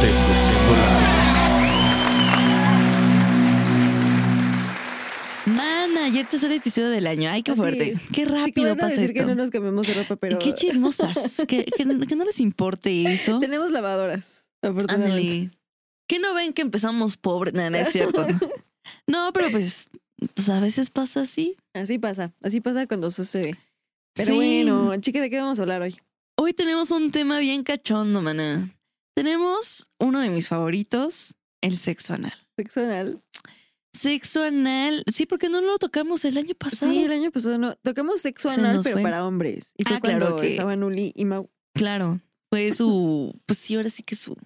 Descosiendo labios. Mana, ya tercer episodio del año. Ay, qué Así fuerte. es. Qué Sí, que rápido van a pasa decir esto. que no nos cambiamos de ropa, pero Qué chismosas. que, que no- que no les importe eso. tenemos lavadoras. Afortunadamente. Ándale. ¿Qué no ven que empezamos pobre? No, no es cierto. No, pero pues, pues a veces pasa así. Así pasa, así pasa cuando sucede. Pero Sí. bueno, chica, ¿de qué vamos a hablar hoy? Hoy tenemos un tema bien cachondo, maná. Tenemos uno de mis favoritos, el sexo anal. Sexo anal. Sexo anal. Sí, porque no lo tocamos el año pasado. Sí, el año pasado no. Tocamos sexo Se anal, nos pero fue. para hombres. Y fue Ah, claro cuando que- estaban Uli y Mau. Claro. Fue su. Pues sí, ahora sí que su.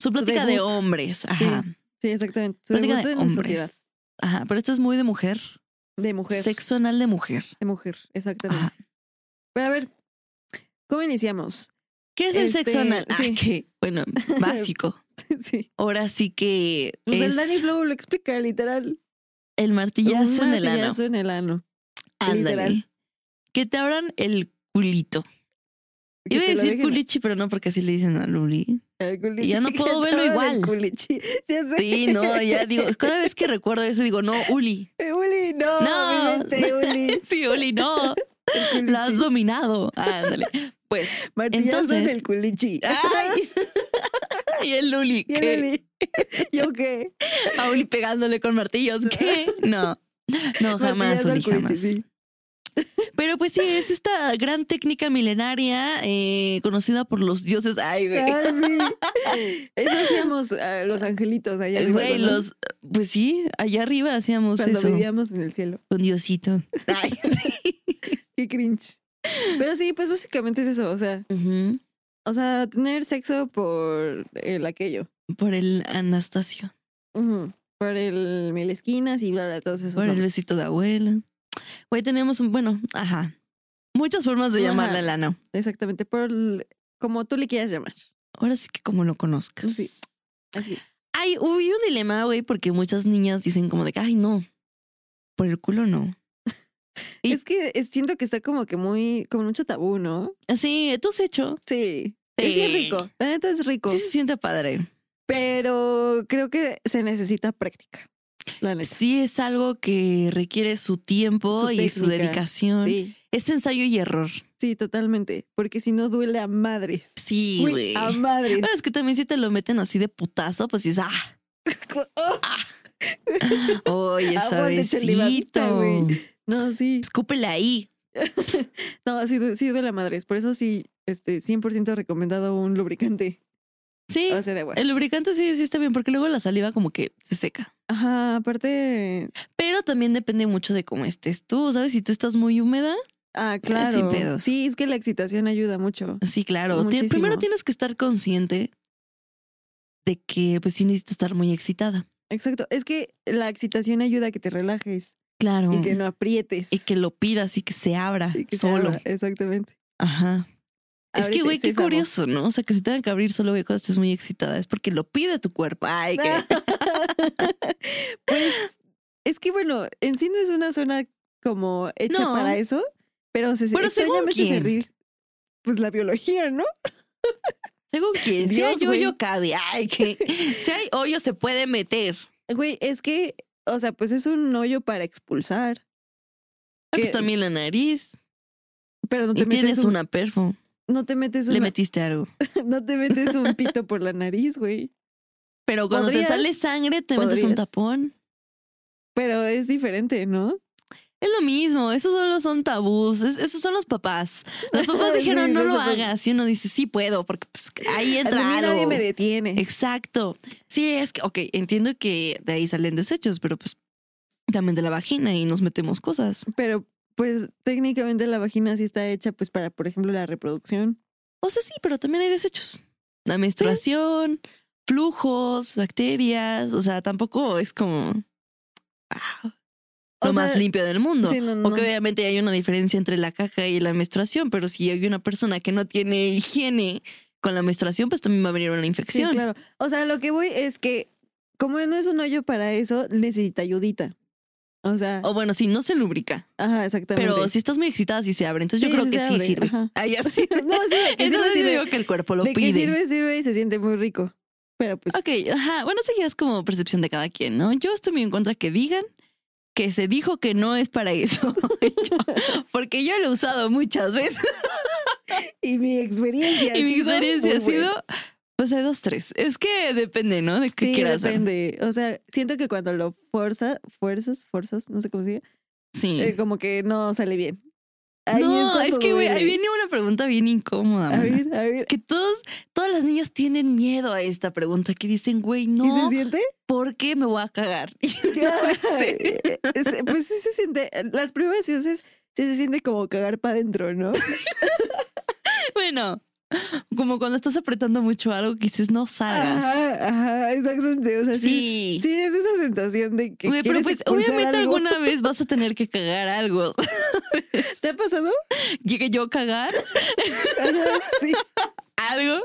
Su plática de debut. hombres. Ajá. Sí, exactamente. Su Plática debut de en hombres. sociedad. Ajá. Pero esto es muy de mujer. De mujer. Sexo anal de mujer. De mujer, exactamente. Ajá. Pero a ver, ¿cómo iniciamos? ¿Qué es el Este, sexo anal? Ah, sí. que, bueno, básico. sí. Ahora sí que. Pues el es- Danny Flow lo explica, literal. El martillazo Un en el ano. martillazo en el ano. Ándale. literal. Que te abran el culito. Que Iba a te lo decir dejen culichi, pero no, porque así le dicen a Luli. al culichi, y ya no que puedo te verlo abran el igual. culichi. Sí, así. Sí, no, ya digo, cada vez que recuerdo eso digo, no, Uli. Eh, Uli, no, No. mi mente, Uli. Sí, Uli, no, El culichi. lo has dominado. Ándale. Pues, Martillazo en Entonces- Ah, el culichi. ay. Y el Uli, Y el ¿qué? Uli, ¿Yo qué? A Uli pegándole con martillos, ¿qué? No, no, jamás, Martillazo al Uli, culichi, jamás. sí. Pero pues sí, es esta gran técnica milenaria eh, conocida por los dioses. Ay, güey. Ah, sí. Eso hacíamos ah, los angelitos allá. arriba, Güey, ¿no? los. Pues sí, allá arriba hacíamos Cuando eso. vivíamos en el cielo. Con Diosito. Ay. Qué cringe. Pero sí, pues básicamente es eso. O sea, Ujú. o sea tener sexo por el aquello. Por el Anastasio. Ujú. Por el mil esquinas y bla, bla, todos esos. Por el nombres. besito de abuela. Güey, tenemos un. Bueno, ajá. Muchas formas de Ajá. llamarle al ano. Exactamente, por el- como tú le quieras llamar. Ahora sí que como lo conozcas. Sí. Así es. Ay, hubo un dilema, güey, porque muchas niñas dicen como de que, ay, no. Por el culo no. Y- Es que es- siento que está como que muy, con mucho tabú, ¿no? Así, tú has hecho. Sí. Sí. Sí. es rico. La neta es rico. Sí se siente padre. Pero creo que se necesita práctica. La neta. Sí es algo que requiere su tiempo Su y su técnica. dedicación. Sí. Es ensayo y error. Sí, totalmente. Porque si no duele a madres. Sí, Uy, güey. a madres. Bueno, es que también si te lo meten así de putazo, pues dices, ah, Oh, oye, Aguante, chelibabita, suavecito. güey. No, sí. Escúpele ahí. No, sí, du- sí duele a madres. Por eso sí, este, 100% recomendado un lubricante. Sí, O sea, de agua. el lubricante sí, sí está bien, porque luego la saliva como que se seca. Ajá, aparte. Pero también depende mucho de cómo estés tú, ¿sabes? Si tú estás muy húmeda, Ah, claro. sin pedos. Sí, es que la excitación ayuda mucho. sí, claro. Ti- Muchísimo. primero tienes que estar consciente de que pues sí necesitas estar muy excitada. Exacto. Es que la excitación ayuda a que te relajes Claro. y que no aprietes. y que lo pidas y que se abra Y que se solo. abra, Exactamente. Ajá. Es que, Ábrete, güey, qué sésamo. curioso, ¿no? O sea, que se tengan que abrir solo, güey, cuando estés muy excitada. Es porque lo pide tu cuerpo. Ay, que... pues es que bueno, en sí no es una zona como hecha No. para eso, pero se Pero según extrañamente se quién. ríe. Pues la biología, ¿no? Según quién, si hay Dios, güey. hoyo, cabe. Ay, que si hay hoyo, se puede meter. Ah, Güey, es que, o sea, pues es un hoyo para expulsar, Ah, Pues Que- también la nariz. pero no te Y metes tienes un- una perfo. no te metes Le una- metiste algo. no te metes un pito por la nariz, güey. Pero cuando Podrías- te sale sangre, te metes un podrías. tapón. Pero es diferente, ¿no? Es lo mismo. Esos solo son tabús. Es- esos son los papás. Los papás dijeron, Sí, no los lo papás. hagas. Y uno dice, sí puedo, porque pues, ahí A entra mí algo. nadie me detiene. Exacto. Sí, es que, ok, entiendo que de ahí salen desechos, pero pues también de la vagina y nos metemos cosas. Pero pues técnicamente la vagina sí está hecha pues para, por ejemplo, la reproducción. O sea, sí, pero también hay desechos. La menstruación, flujos, bacterias. O sea, tampoco es como ah, O lo más sea, limpio del mundo. Sí, no, O no. que obviamente hay una diferencia entre la caca y la menstruación, pero si hay una persona que no tiene higiene con la menstruación, pues también va a venir una Sí, infección. claro. O sea, lo que voy es que, como no es un hoyo para eso, necesita ayudita. O sea, O bueno, si no se lubrica, ajá, exactamente. Oh, pero si estás muy excitada, sí se abre. Entonces Sí, yo creo sí que se sí abre, sirve. ajá. Ay, ya sí. no, sí, de que Eso sirve, sí sirve. digo que el cuerpo lo de que pide. sirve, sirve y se siente muy rico. Pero pues, Ok, ajá. Bueno, eso ya es como percepción de cada quien, ¿no? Yo estoy muy en contra que digan que se dijo que no es para eso. Yo- porque yo lo he usado muchas veces y mi experiencia. ha y mi sido experiencia ha muy buena. sido, pues hay dos, tres. Es que depende, ¿no? De qué Sí, quieras ver. depende. O sea, siento que cuando lo fuerza, fuerzas, fuerzas, no sé cómo se diga, Sí. eh, como que no sale bien. Ahí no, es, cuando que, güey, ahí duele. viene una pregunta bien incómoda. A mana. ver, a ver. Que todos, todas las niñas tienen miedo a esta pregunta, que dicen, güey, ¿Y se no, siente? ¿por qué me voy a cagar? Ay, es- Pues sí se siente. Las primeras veces sí se siente como cagar para adentro, ¿no? bueno, como cuando estás apretando mucho algo que dices, no salgas. Ajá, ajá, exactamente. O sea, sí. sí. Sí, es esa sensación de que. Güey, pero quieres pues expulsar obviamente algo. alguna vez vas a tener que cagar algo. ¿Te ha pasado? Llegué yo a cagar Ajá, sí. algo.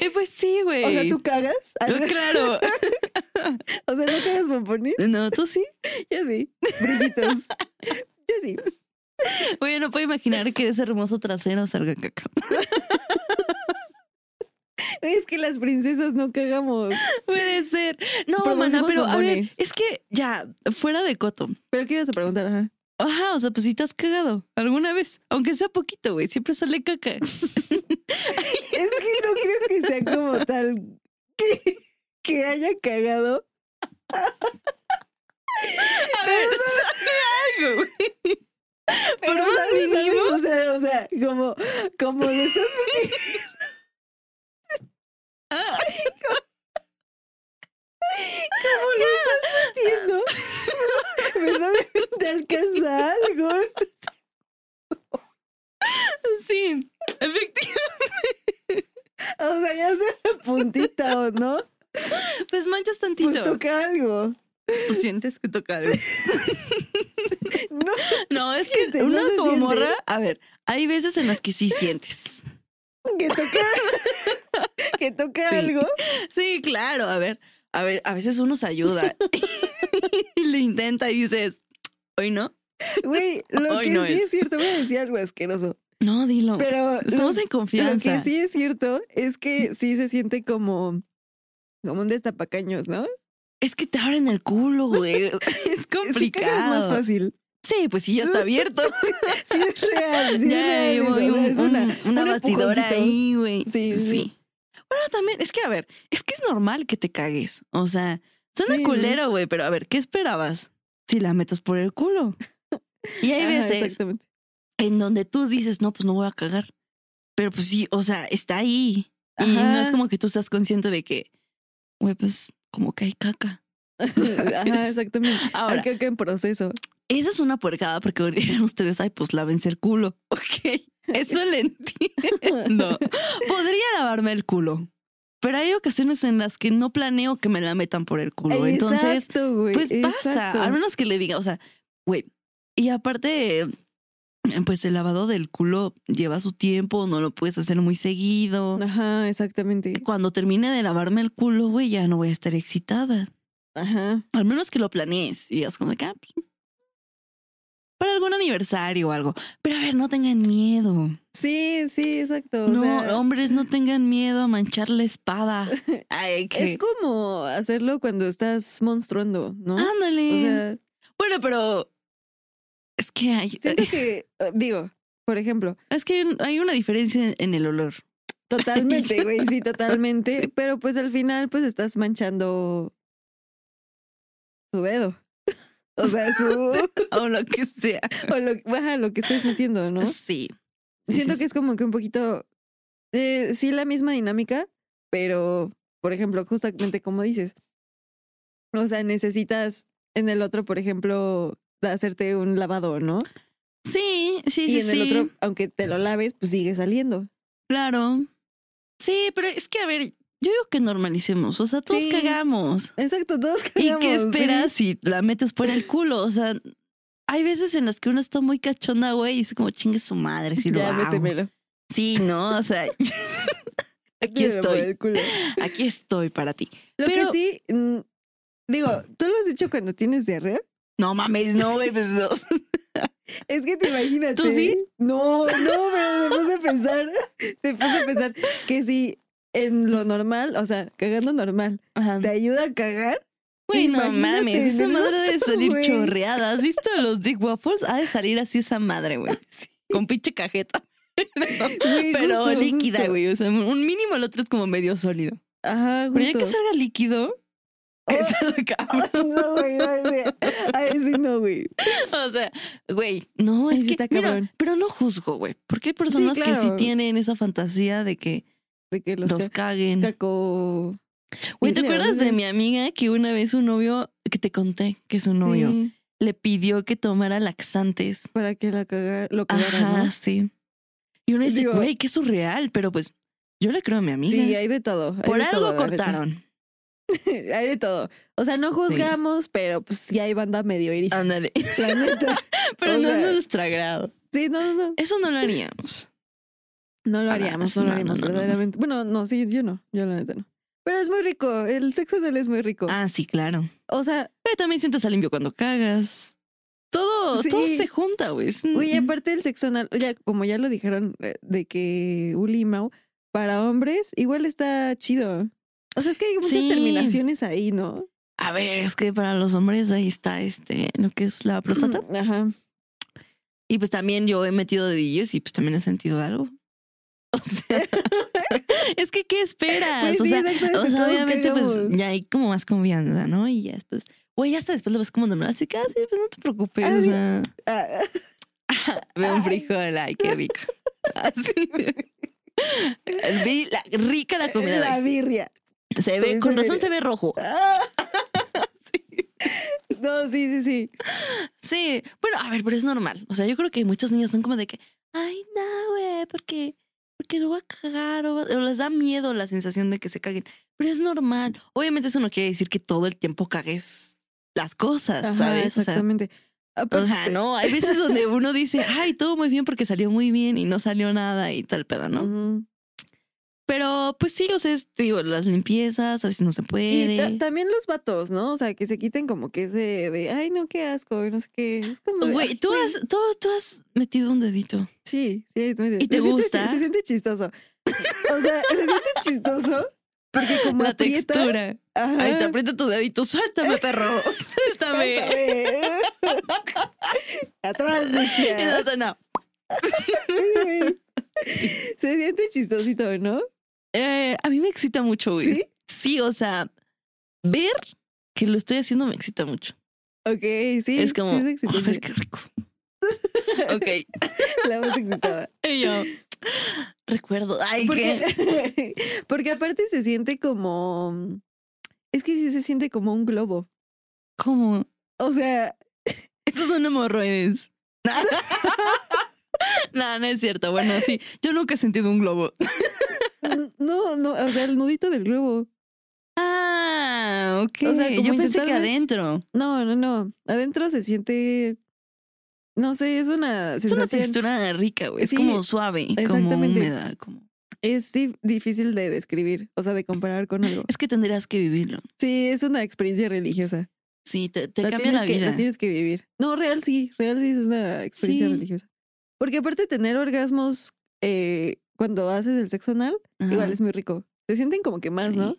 Eh, pues sí, güey. O sea, tú cagas. Claro. O sea, no cagas pompones. No, tú sí. Yo sí. Brillitos. Yo sí. Güey, no puedo imaginar que de ese hermoso trasero salga caca. Güey, Es que las princesas no cagamos. Puede ser. No, Producimos mana, pero a ver, bombones. es que ya, fuera de coto. Pero ¿qué ibas a preguntar? Ajá. Ajá, o sea, pues si te has cagado alguna vez, aunque sea poquito, güey, siempre sale caca. Es que no creo que sea como tal que, que haya cagado. A ver, sale algo, güey. Por más ¿sabes? mínimo. O sea, o sea, como, como lo estás Ah, metiendo, te alcanza algo. sí, efectivamente. O sea, ya sea la puntita o no, Pues manchas tantito. pues toca algo. Tú sientes que toca algo. No, No, es siente, que una no se como siente. morra, a ver, hay veces en las que sí sientes. que toca, que toca Sí. algo. Sí, claro, a ver, a ver, a veces uno se ayuda. Y le intenta y dices, hoy no. Güey, lo Hoy que no sí es. es. cierto, voy a decir algo asqueroso. No, dilo. Pero Estamos lo, en lo que confianza. sí es cierto es que sí se siente como, como un destapacaños, ¿no? Es que te abren el culo, güey. Es Si cagas complicado. más fácil. Sí, pues sí, ya está abierto. Sí es real, sí es ya real. eso, llevo o sea, un- es un- una, una, un batidora empujoncito. ahí, güey. Sí, sí, sí. Bueno, también, es que a ver, es que es normal que te cagues. O sea, suena Sí, ¿no? culero, güey, pero a ver, ¿qué esperabas? Si la metas por el culo. Y hay Ajá, veces exactamente. en donde tú dices, no, pues no voy a cagar. Pero pues sí, o sea, está ahí. Y no es Ajá. como que tú estás consciente de que, güey, pues como que hay caca. Ajá, exactamente. Ahora, Ahora, que en proceso. Esa es una puercada porque dirán ustedes, ay, pues lávense el culo. Ok, eso le entiendo. Podría lavarme el culo, pero hay ocasiones en las que no planeo que me la metan por el culo. Entonces, Exacto, güey, pues pasa, exacto. al menos que le diga, o sea, güey, y aparte, pues el lavado del culo lleva su tiempo, no lo puedes hacer muy seguido. Ajá, exactamente. Cuando termine de lavarme el culo, güey, ya no voy a estar excitada. Ajá. Al menos que lo planees y digas como de que, ah, pues, para algún aniversario o algo. Pero a ver, no tengan miedo. Sí, sí, exacto. o no, sea, hombres, no tengan miedo a manchar la espada. Ay, que... es como hacerlo cuando estás monstruando, ¿no? Ándale. o sea, bueno, pero es que hay, siento que, eh, digo, por ejemplo, es que hay un- hay una diferencia en- en el olor. totalmente, güey, sí, totalmente, pero pues al final, pues estás manchando su dedo. O sea, su. o lo que sea. o lo, ajá, lo que estés metiendo, ¿no? Sí. Sí, Siento sí, que es como que un poquito, eh, sí, la misma dinámica, pero, por ejemplo, justamente como dices, o sea, necesitas en el otro, por ejemplo, hacerte un lavado, ¿no? Sí, sí, sí. y en el sí. otro, aunque te lo laves, pues sigue saliendo. Claro. Sí, pero es que, a ver, yo digo que normalicemos. O sea, todos Sí. cagamos. Exacto, todos ¿Y cagamos, qué sí. esperas si la metes por el culo? O sea, hay veces en las que uno está muy cachonda, güey, y es como chingue su madre si lo Ya, hago". métemelo. Sí, no, o sea, aquí Métemelo por estoy, el culo. aquí estoy para ti. Lo Pero- que sí, mm, digo, ¿tú lo has dicho cuando tienes diarrea? No mames, no, güey, pues, o sea, Es que te imaginas. ¿Tú sí? No, no, pero me puse a pensar, me puse a pensar que si en lo normal, o sea, cagando normal, ajá. te ayuda a cagar. Güey, no Imagínate mames, esa en el madre debe otro, salir güey. chorreada. ¿Has visto los Dick Waffles? Ha de salir así esa madre, güey. Con pinche cajeta. Güey, Pero justo, líquida, justo. güey. O sea, un mínimo el otro es como medio sólido. Ajá, Pero ya justo. Oh. que salga líquido, eso cabrón. Ay, no, güey, no, sí. Ay, sí, no, güey. O sea, güey, no, Ay, es sí que. está mira, cabrón. pero no juzgo, güey. Porque hay personas que sí claro. tienen esa fantasía de que De que los, los, ca- caguen. caco. Güey, ¿te Sí, acuerdas de sí. mi amiga que una vez su novio, que te conté que su novio Sí, le pidió que tomara laxantes? para que la cagar, lo cagara, Ajá, ¿no? sí. Y uno dice, Digo- güey, qué surreal, pero pues yo le creo a mi amiga. Sí, hay de todo. hay Por de algo todo, la neta. cortaron. Hay de todo. O sea, no juzgamos, pero pues sí hay banda medio iris. Ándale. La neta. Pero O no es sea- de nuestro agrado. Sí, no, no, no. Eso no lo haríamos. No lo Ah, haríamos, sí, no lo no, no, haríamos, no, no. verdaderamente. Bueno, no, sí, yo no. Yo la neta no. Pero es muy rico. El sexo de él es muy rico. Ah, sí, claro. O sea, Pero también sientes al limpio cuando cagas. Todo, todo Sí. se junta, güey. Es un- oye, aparte del sexo anal, ya, como ya lo dijeron, eh, de que Uli y Mau, para hombres, igual está chido. O sea, es que hay muchas Sí. terminaciones ahí, ¿no? A ver, es que para los hombres ahí está este, lo que es la próstata. Ajá. Y pues también yo he metido dedillos y pues también he sentido algo. O sea, es que ¿qué esperas? Pues Ah, o sí, sea, exactamente, O sea, todos obviamente, pues cagamos. ya hay como más confianza, ¿no? Y ya después, güey, ya hasta después lo ves como normal. Así que, ah, sí, pues no te preocupes. Ay. o sea, Ah, veo Ay. un frijol, ay, qué rico. Así. Vi la, rica la comida. la güey. birria. se ve, pues, con se razón ve- se ve rojo. Ah. No, sí, sí, sí. Sí. Bueno, a ver, pero es normal. O sea, yo creo que muchas niñas son como de que, ay, no, güey, porque, porque lo va a cagar o, va- o les da miedo la sensación de que se caguen. Pero es normal. Obviamente, eso no quiere decir que todo el tiempo cagues las cosas, Ajá, ¿sabes? O sea, Exactamente. Ah, pues, O Aparte- sea, no, hay veces donde uno dice, ay, todo muy bien porque salió muy bien y no salió nada y tal pedo, ¿no? Ujú. Pero pues sí, o sea, es, te digo, las limpiezas, a veces no se Y ta- puede. también los vatos, ¿no? O sea, que se quiten como que ese de, ay, no, qué asco, y no sé qué. Es como. de, Güey, "Ay, tú has, tú, tú has metido un dedito. Sí, sí, es muy de- ¿Y te se siente- gusta? se siente chistoso. O sea, se siente chistoso porque como La aprieta, textura. ajá, Ahí te aprieta tu dedito. Suéltame, perro. Suéltame. ¿Eh? suéltame. Atrás, Y decía. no, o sea, no. Sí, güey. Se siente chistosito, ¿no? Eh, a mí me excita mucho, güey. Sí. Sí, o sea, ver que lo estoy haciendo me excita mucho. Ok, sí. es como, sí es "Ay, excitante, qué rico. ok, La más excitada. y yo recuerdo. Ay, qué. Porque, porque aparte se siente como. Es que sí se siente como un globo. ¿Cómo? O sea, Esos son hemorroides. no, no es cierto. Bueno, sí. Yo nunca he sentido un globo. n- no, no, o sea, el nudito del globo. Ah, ok. O sea, como yo pensé intentar que ver- adentro. No, no, no. Adentro se siente. No sé, es una Es una sensación. textura rica, güey. Es Sí, como suave, como exactamente. húmeda. Como... Es dif- difícil de describir, o sea, de comparar con algo. Es que tendrías que vivirlo. Sí, es una experiencia religiosa. Sí, te, te La cambia tienes la que- vida. la tienes que vivir. No, real sí, real sí es una experiencia Sí. religiosa. Porque aparte de tener orgasmos eh, cuando haces el sexo anal, Ajá, Igual es muy rico. Se sienten como que más, sí. ¿no?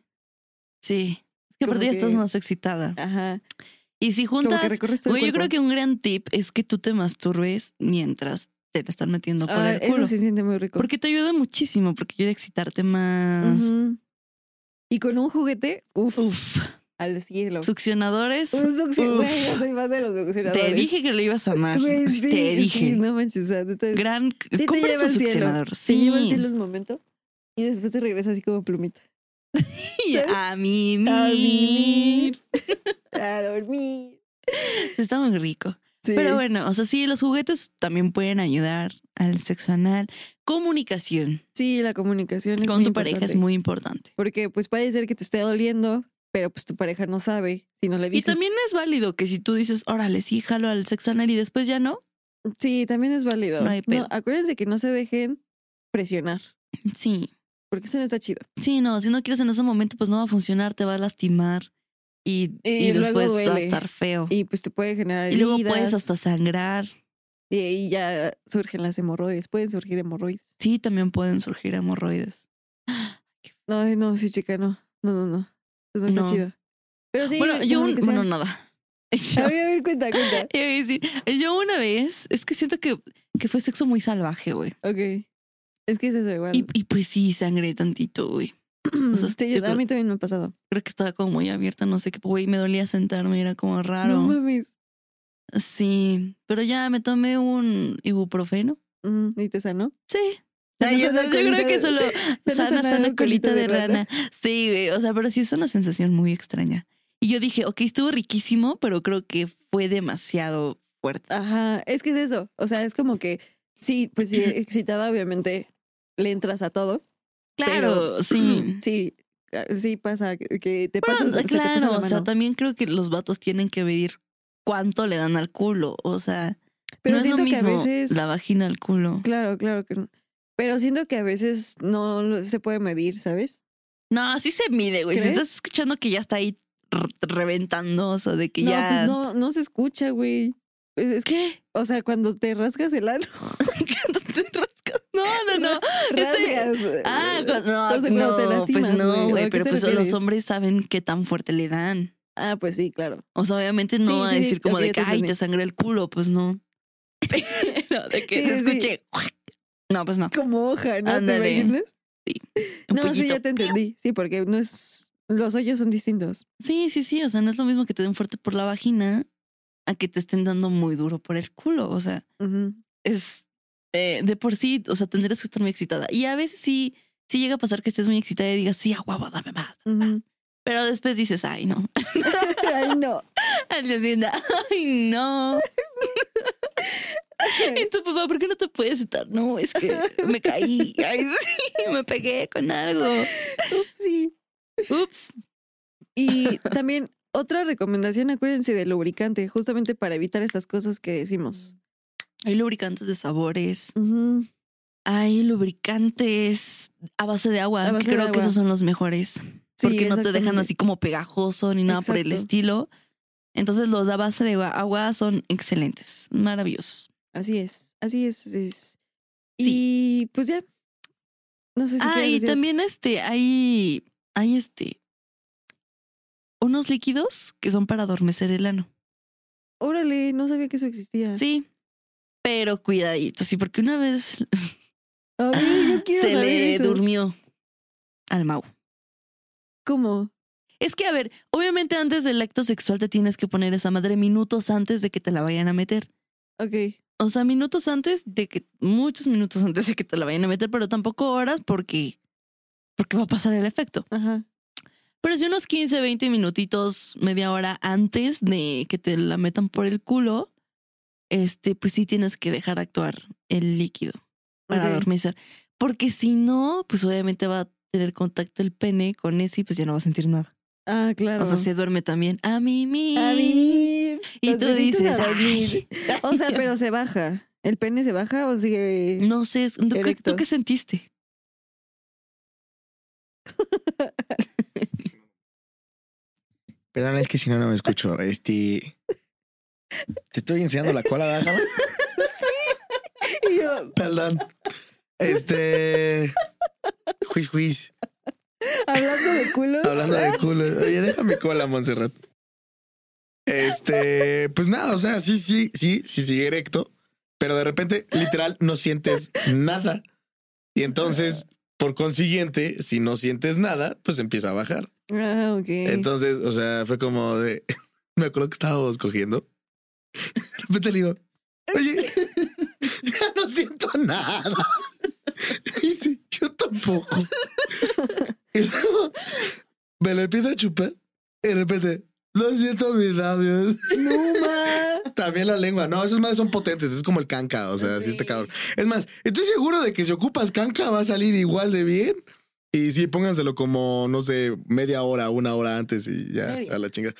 Sí. Es que Como aparte ya estás que- más excitada. Ajá. Y si Como que juntas. recorres todo el Güey, yo creo cuerpo. que un gran tip es que tú te masturbes mientras te la están metiendo por Ah, el culo. eso sí se siente muy rico. Porque te ayuda muchísimo, porque ayuda a excitarte más. Ujú. Y con un juguete, uff, Uf, al cielo. succionadores. un succionador. Uf. Güey, yo soy fan de los succionadores. Te dije que lo ibas a amar. Güey, sí, te dije. sí, no manches, o sea, neta, es- Gran. te compren lleva su al cielo. succionador. se Sí. lleva al cielo un momento y después te regresa así como plumita. A mí, A mimir. A dormir. Está muy rico. Sí. Pero bueno, o sea, sí, los juguetes también pueden ayudar al sexo anal. Comunicación Sí, la comunicación es con muy tu pareja es importante. muy importante. Porque pues puede ser que te esté doliendo, pero pues tu pareja no sabe si no le Y dices. también es válido que si tú dices, órale, sí, jalo al sexo anal y después ya no. Sí, también es válido. No hay pedo. acuérdense que no se dejen presionar, Sí. porque eso no está chido. Sí, no, si no quieres en ese momento, pues no va a funcionar, te va a lastimar y, Y y luego después va a duele. estar feo. Y, Y pues te puede generar luego heridas, puedes hasta sangrar. Y ahí ya surgen las hemorroides, pueden surgir hemorroides. Sí, también pueden surgir hemorroides. No, ay, no, sí, chica, no. No, no, no. Eso no está No. chido. Pero sí, bueno, yo, un- comunicación. bueno, nada. Yo- A ver, a ver, cuenta, cuenta. Iba a decir, yo una vez, es que siento que, que fue sexo muy salvaje, güey. Ok. Es que es eso igual. Y, y pues sí, sangré tantito, güey. o sea, Sí, yo yo- a creo- mí también me ha pasado. Creo que estaba como muy abierta, no sé qué, güey, me dolía sentarme, era como No raro. mames. sí, pero ya me tomé un ibuprofeno. Mm, ¿Y te sanó? Sí. Sana, yo, sana, yo colita creo que de- solo sana, sana, colita, de, rana. rana. Sí, güey, o sea, pero sí es una sensación muy extraña. Y yo dije, ok, estuvo riquísimo, pero creo que fue demasiado fuerte. Ajá, es que es eso. O sea, es como que sí, pues sí, excitada, obviamente le entras a todo. Claro, pero- sí. Sí, ah, sí pasa que- que te Bueno, pasas. se te pasa claro, la o sea, mano. también creo que los vatos tienen que medir cuánto le dan al culo. O sea, pero no es lo siento mismo que a veces. la vagina al culo. Claro, claro que no. Pero siento que a veces no lo- se puede medir, ¿sabes? No, así se mide, güey. Si ¿Crees? estás escuchando que ya está ahí r- reventando, o sea, de que no, ya. pues no, no se escucha, güey. Es, es que, ¿Qué? o sea, cuando te rascas el ano, ¿Cuándo te rascas? No, no, no. Estoy- rascas. Ah, eh, cu- no, o sea, cuando te no, lastimas, pues no, güey, ¿o güey, a pero qué te pues los refieres? hombres saben qué tan fuerte le dan. Ah, pues sí, claro. O sea, obviamente no Sí, va a sí, sí, decir como ok, de ya que, te ay, entendí". te sangré el culo, pues no. Pero de que Sí, se sí, sí. escuche. No, pues no. Como hoja, ¿no? Ándale. ¿Te imaginas? Un No, sí, poquito. ya te entendí. Sí, porque no es. Los hoyos son distintos. Sí, sí, sí. O sea, no es lo mismo que te den fuerte por la vagina a que te estén dando muy duro por el culo. O sea, Ujú. es eh, de por sí, o sea, tendrías que estar muy excitada. Y a veces sí, sí llega a pasar que estés muy excitada y digas, sí, a huevo, dame más. dame más". Ujú. Pero después dices, ay, no. Ay, no. Al día siguiente, ay, no. Y tu papá, ¿por qué no te puedes sentar? No, es que me caí. Ay, sí, me pegué con algo. Sí. Ups. Y también otra recomendación, acuérdense del lubricante, justamente para evitar estas cosas que decimos. Hay lubricantes de sabores. Ujú. Hay lubricantes a base de agua. A que base de creo que agua. esos son los mejores. Sí, Porque no te dejan exactamente. así como pegajoso ni nada por el Exacto. estilo. Entonces los a base de agua- agua son excelentes, maravillosos. Así es, así es. así es. Y pues ya. No sé si ah, quieres y decir- también este, hay, hay este, unos líquidos que son para adormecer el ano. Órale, no sabía que eso existía. Sí, pero cuidadito, sí, porque una vez A ver, yo quiero Ah, se saber le eso. durmió al Mau. ¿Cómo? Es que, a ver, obviamente antes del acto sexual te tienes que poner esa madre minutos antes de que te la vayan a meter. Ok. O sea, minutos antes de que, muchos minutos antes de que te la vayan a meter, pero tampoco horas porque, porque va a pasar el efecto. Ajá. Pero si unos 15, 20 minutitos, media hora antes de que te la metan por el culo, este, pues sí tienes que dejar actuar el líquido para Ok. adormecer. Porque si no, pues obviamente va a tener contacto el pene con ese y pues ya no va a sentir nada. Ah, claro. O sea, se duerme también. A mí, mi. A vivir. Y Los tú deditos dices. a dormir. "Ay". O sea, pero se baja. ¿El pene se baja o sigue? No sé, ¿tú, qué- Erecto. ¿tú qué sentiste? Perdón, es que si no, no me escucho. Este. Te estoy enseñando la cola, ¿verdad? Java? Y yo, Perdón. Este. Juiz, juiz. hablando de culos. Hablando de culo. Oye, déjame cola, Montserrat. Este. Pues nada, o sea, sí, sí, sí, sí sigue erecto. Pero de repente, literal, no sientes nada. Y entonces, por consiguiente, si no sientes nada, pues empieza a bajar. Ah, ok. Entonces, o sea, fue como de. Me acuerdo que estábamos cogiendo. De repente le digo, oye, ya no siento nada. Y dice, yo tampoco. Y luego me lo empieza a chupar. Y de repente, no siento mis labios. No, ma. También la lengua. No, esas madres son potentes. Es como el canca. O sea, sí, está cabrón. Es más, estoy seguro de que si ocupas canca va a salir igual de bien. Y sí, pónganselo como, no sé, media hora, una hora antes y ya, Muy bien. a la chingada.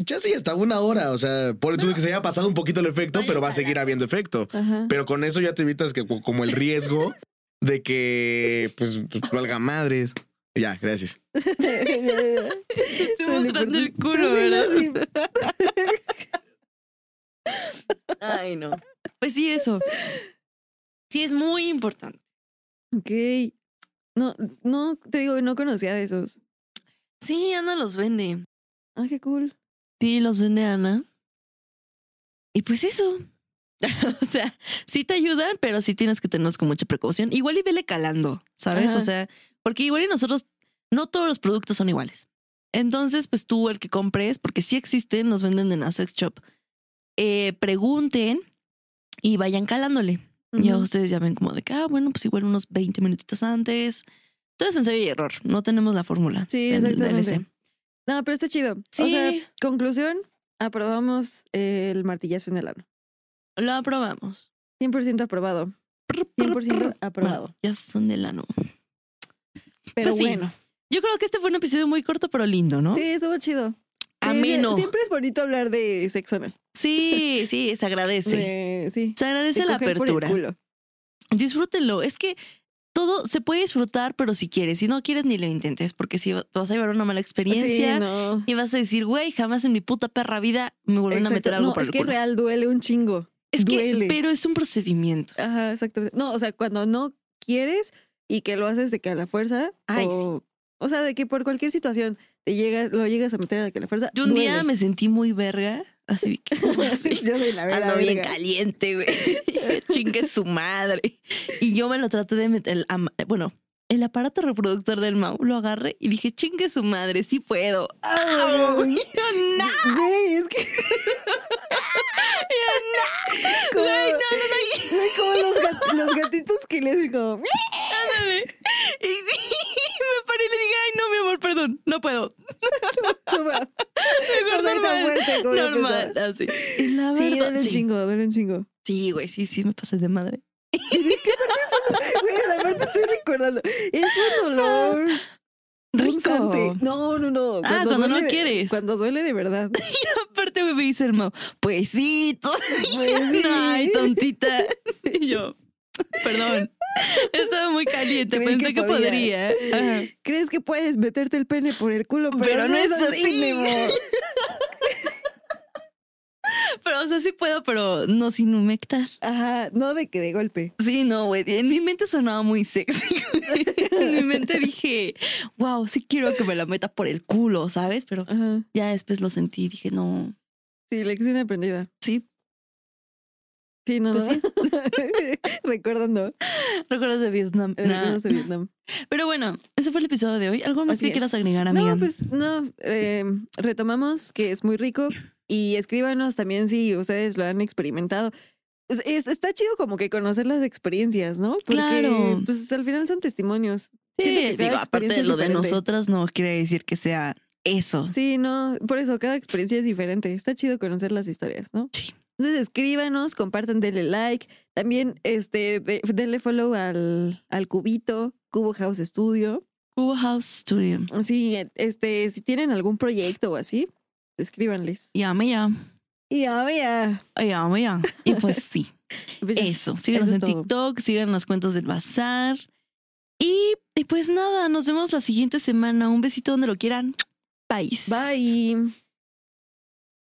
Ya sí, hasta una hora. O sea, por tú que se haya pasado un poquito el efecto, Vale, pero va a para seguir la- habiendo efecto. Ajá. Pero con eso ya te evitas que co- como el riesgo de que, pues, pues, valga madres. Ya, gracias. Estoy Tan mostrando el importante. culo, Sí, ¿verdad? sí. Ay, no. Pues sí, eso. Sí, es muy importante. Ok. No, no, te digo, no conocía de esos. Sí, Ana los vende. Ah, qué cool. Sí, los vende Ana. Y pues eso. o sea, sí te ayudan, pero sí tienes que tenerlos con mucha precaución. Igual y vele calando, ¿sabes? Ajá. O sea, porque igual y nosotros, no todos los productos son iguales. Entonces, pues tú el que compres, porque sí existen, los venden en la sex shop, eh, pregunten y vayan calándole. Ya Ujú. ustedes ya ven como de que, ah, bueno, pues igual unos 20 minutitos antes. Todo es ensayo y error. No tenemos la fórmula. Sí, del exactamente. DLC. No, pero está chido. O sea, Sí. conclusión, aprobamos el martillazo en el ano. Lo aprobamos. 100% aprobado. 100% aprobado. Ya son del ano. Pero Pues sí. bueno. Yo creo que este fue un episodio muy corto, pero lindo, ¿no? Sí, estuvo chido. Ameno. Sí, Siempre es bonito hablar de sexo anal. Sí, sí, se agradece. De- sí. Se agradece De la coger por el apertura. culo. Disfrútenlo. Es que todo se puede disfrutar, pero si quieres. Si no quieres, ni lo intentes, porque si va- vas a llevar una mala experiencia Sí, no. y vas a decir, güey, jamás en mi puta perra vida me vuelven Exacto. a meter algo No, por es el que culo. real duele un chingo. es que, duele. pero es un procedimiento. Ajá, exacto. No, o sea, cuando no quieres y que lo haces de que a la fuerza. Ay, o, o sea, de que por cualquier situación te llegas, lo llegas a meter a la que a la fuerza. Yo un día duele. me sentí muy verga, así que así, Yo soy la ando verdad. bien caliente, güey. Chingue su madre. Y yo me lo traté de meter, el ama- bueno, el aparato reproductor del Mau lo agarré y dije, chingue su madre, sí puedo. ¡Au! güey. Y yo, no, Güey, es que. Como- güey, no, no, no. Y- Güey, como los, gat- los gatitos que le hacen como. ándale. Y, y me paré y le dije, ay, no, mi amor, perdón, no puedo. Mejor No soy tan normal. fuerte como yo Normal, pensaba. así. Y la Sí, verdad, duele un chingo, duele un chingo. sí, güey, sí, sí, me pasé de madre. Güey, aparte estoy recordando. Es un dolor. punzante. Ah, Rico. No, no, no. Ah, cuando no duele de- quieres. Cuando duele de verdad. Aparte, güey, me dice el Mau, pues sí, todo Pues sí. Ay, tontita. Y yo, perdón. Estaba muy caliente, Creí pensé que que podría. podía. Ajá. ¿Crees que puedes meterte el pene por el culo? Pero, Pero no es así. Nemo. Pero, o sea, sí puedo, pero no sin humectar. Ajá, no de que de golpe. Sí, no, güey. En mi mente sonaba muy sexy. güey. En mi mente dije, wow, sí quiero que me la meta por el culo, ¿sabes? Pero Ajá. ya después lo sentí, dije, no. Sí, lección aprendida. Sí, Sí, no, Pues no. Recordando. recuerdos de Vietnam. eh, Nah. recuerdos de Vietnam. Pero bueno, ese fue el episodio de hoy. ¿Algo más Así que quieras es. agregar, amiga? No, pues no, eh, retomamos que es muy rico y escríbanos también si ustedes lo han experimentado. Es- es- está chido como que conocer las experiencias, ¿no? Porque Claro. pues al final son testimonios. Sí, Siento que cada digo, aparte experiencia de es lo de diferente. nosotras, no quiere decir que sea eso. Sí, no, por eso cada experiencia es diferente. Está chido conocer las historias, ¿no? Sí. Entonces escríbanos, compartan, denle like. También este ve- denle follow al, al cubito, Cubo House Studio. Cubo House Studio. Sí, este, si tienen algún proyecto o así, escríbanles. Llame ya. Y ah, a ver. Llame ya. Y pues sí, Pues ya. eso. Síganos Eso en es todo. TikTok, sigan las cuentas del bazar. Y, y pues nada, nos vemos la siguiente semana. Un besito donde lo quieran. Bye. Bye.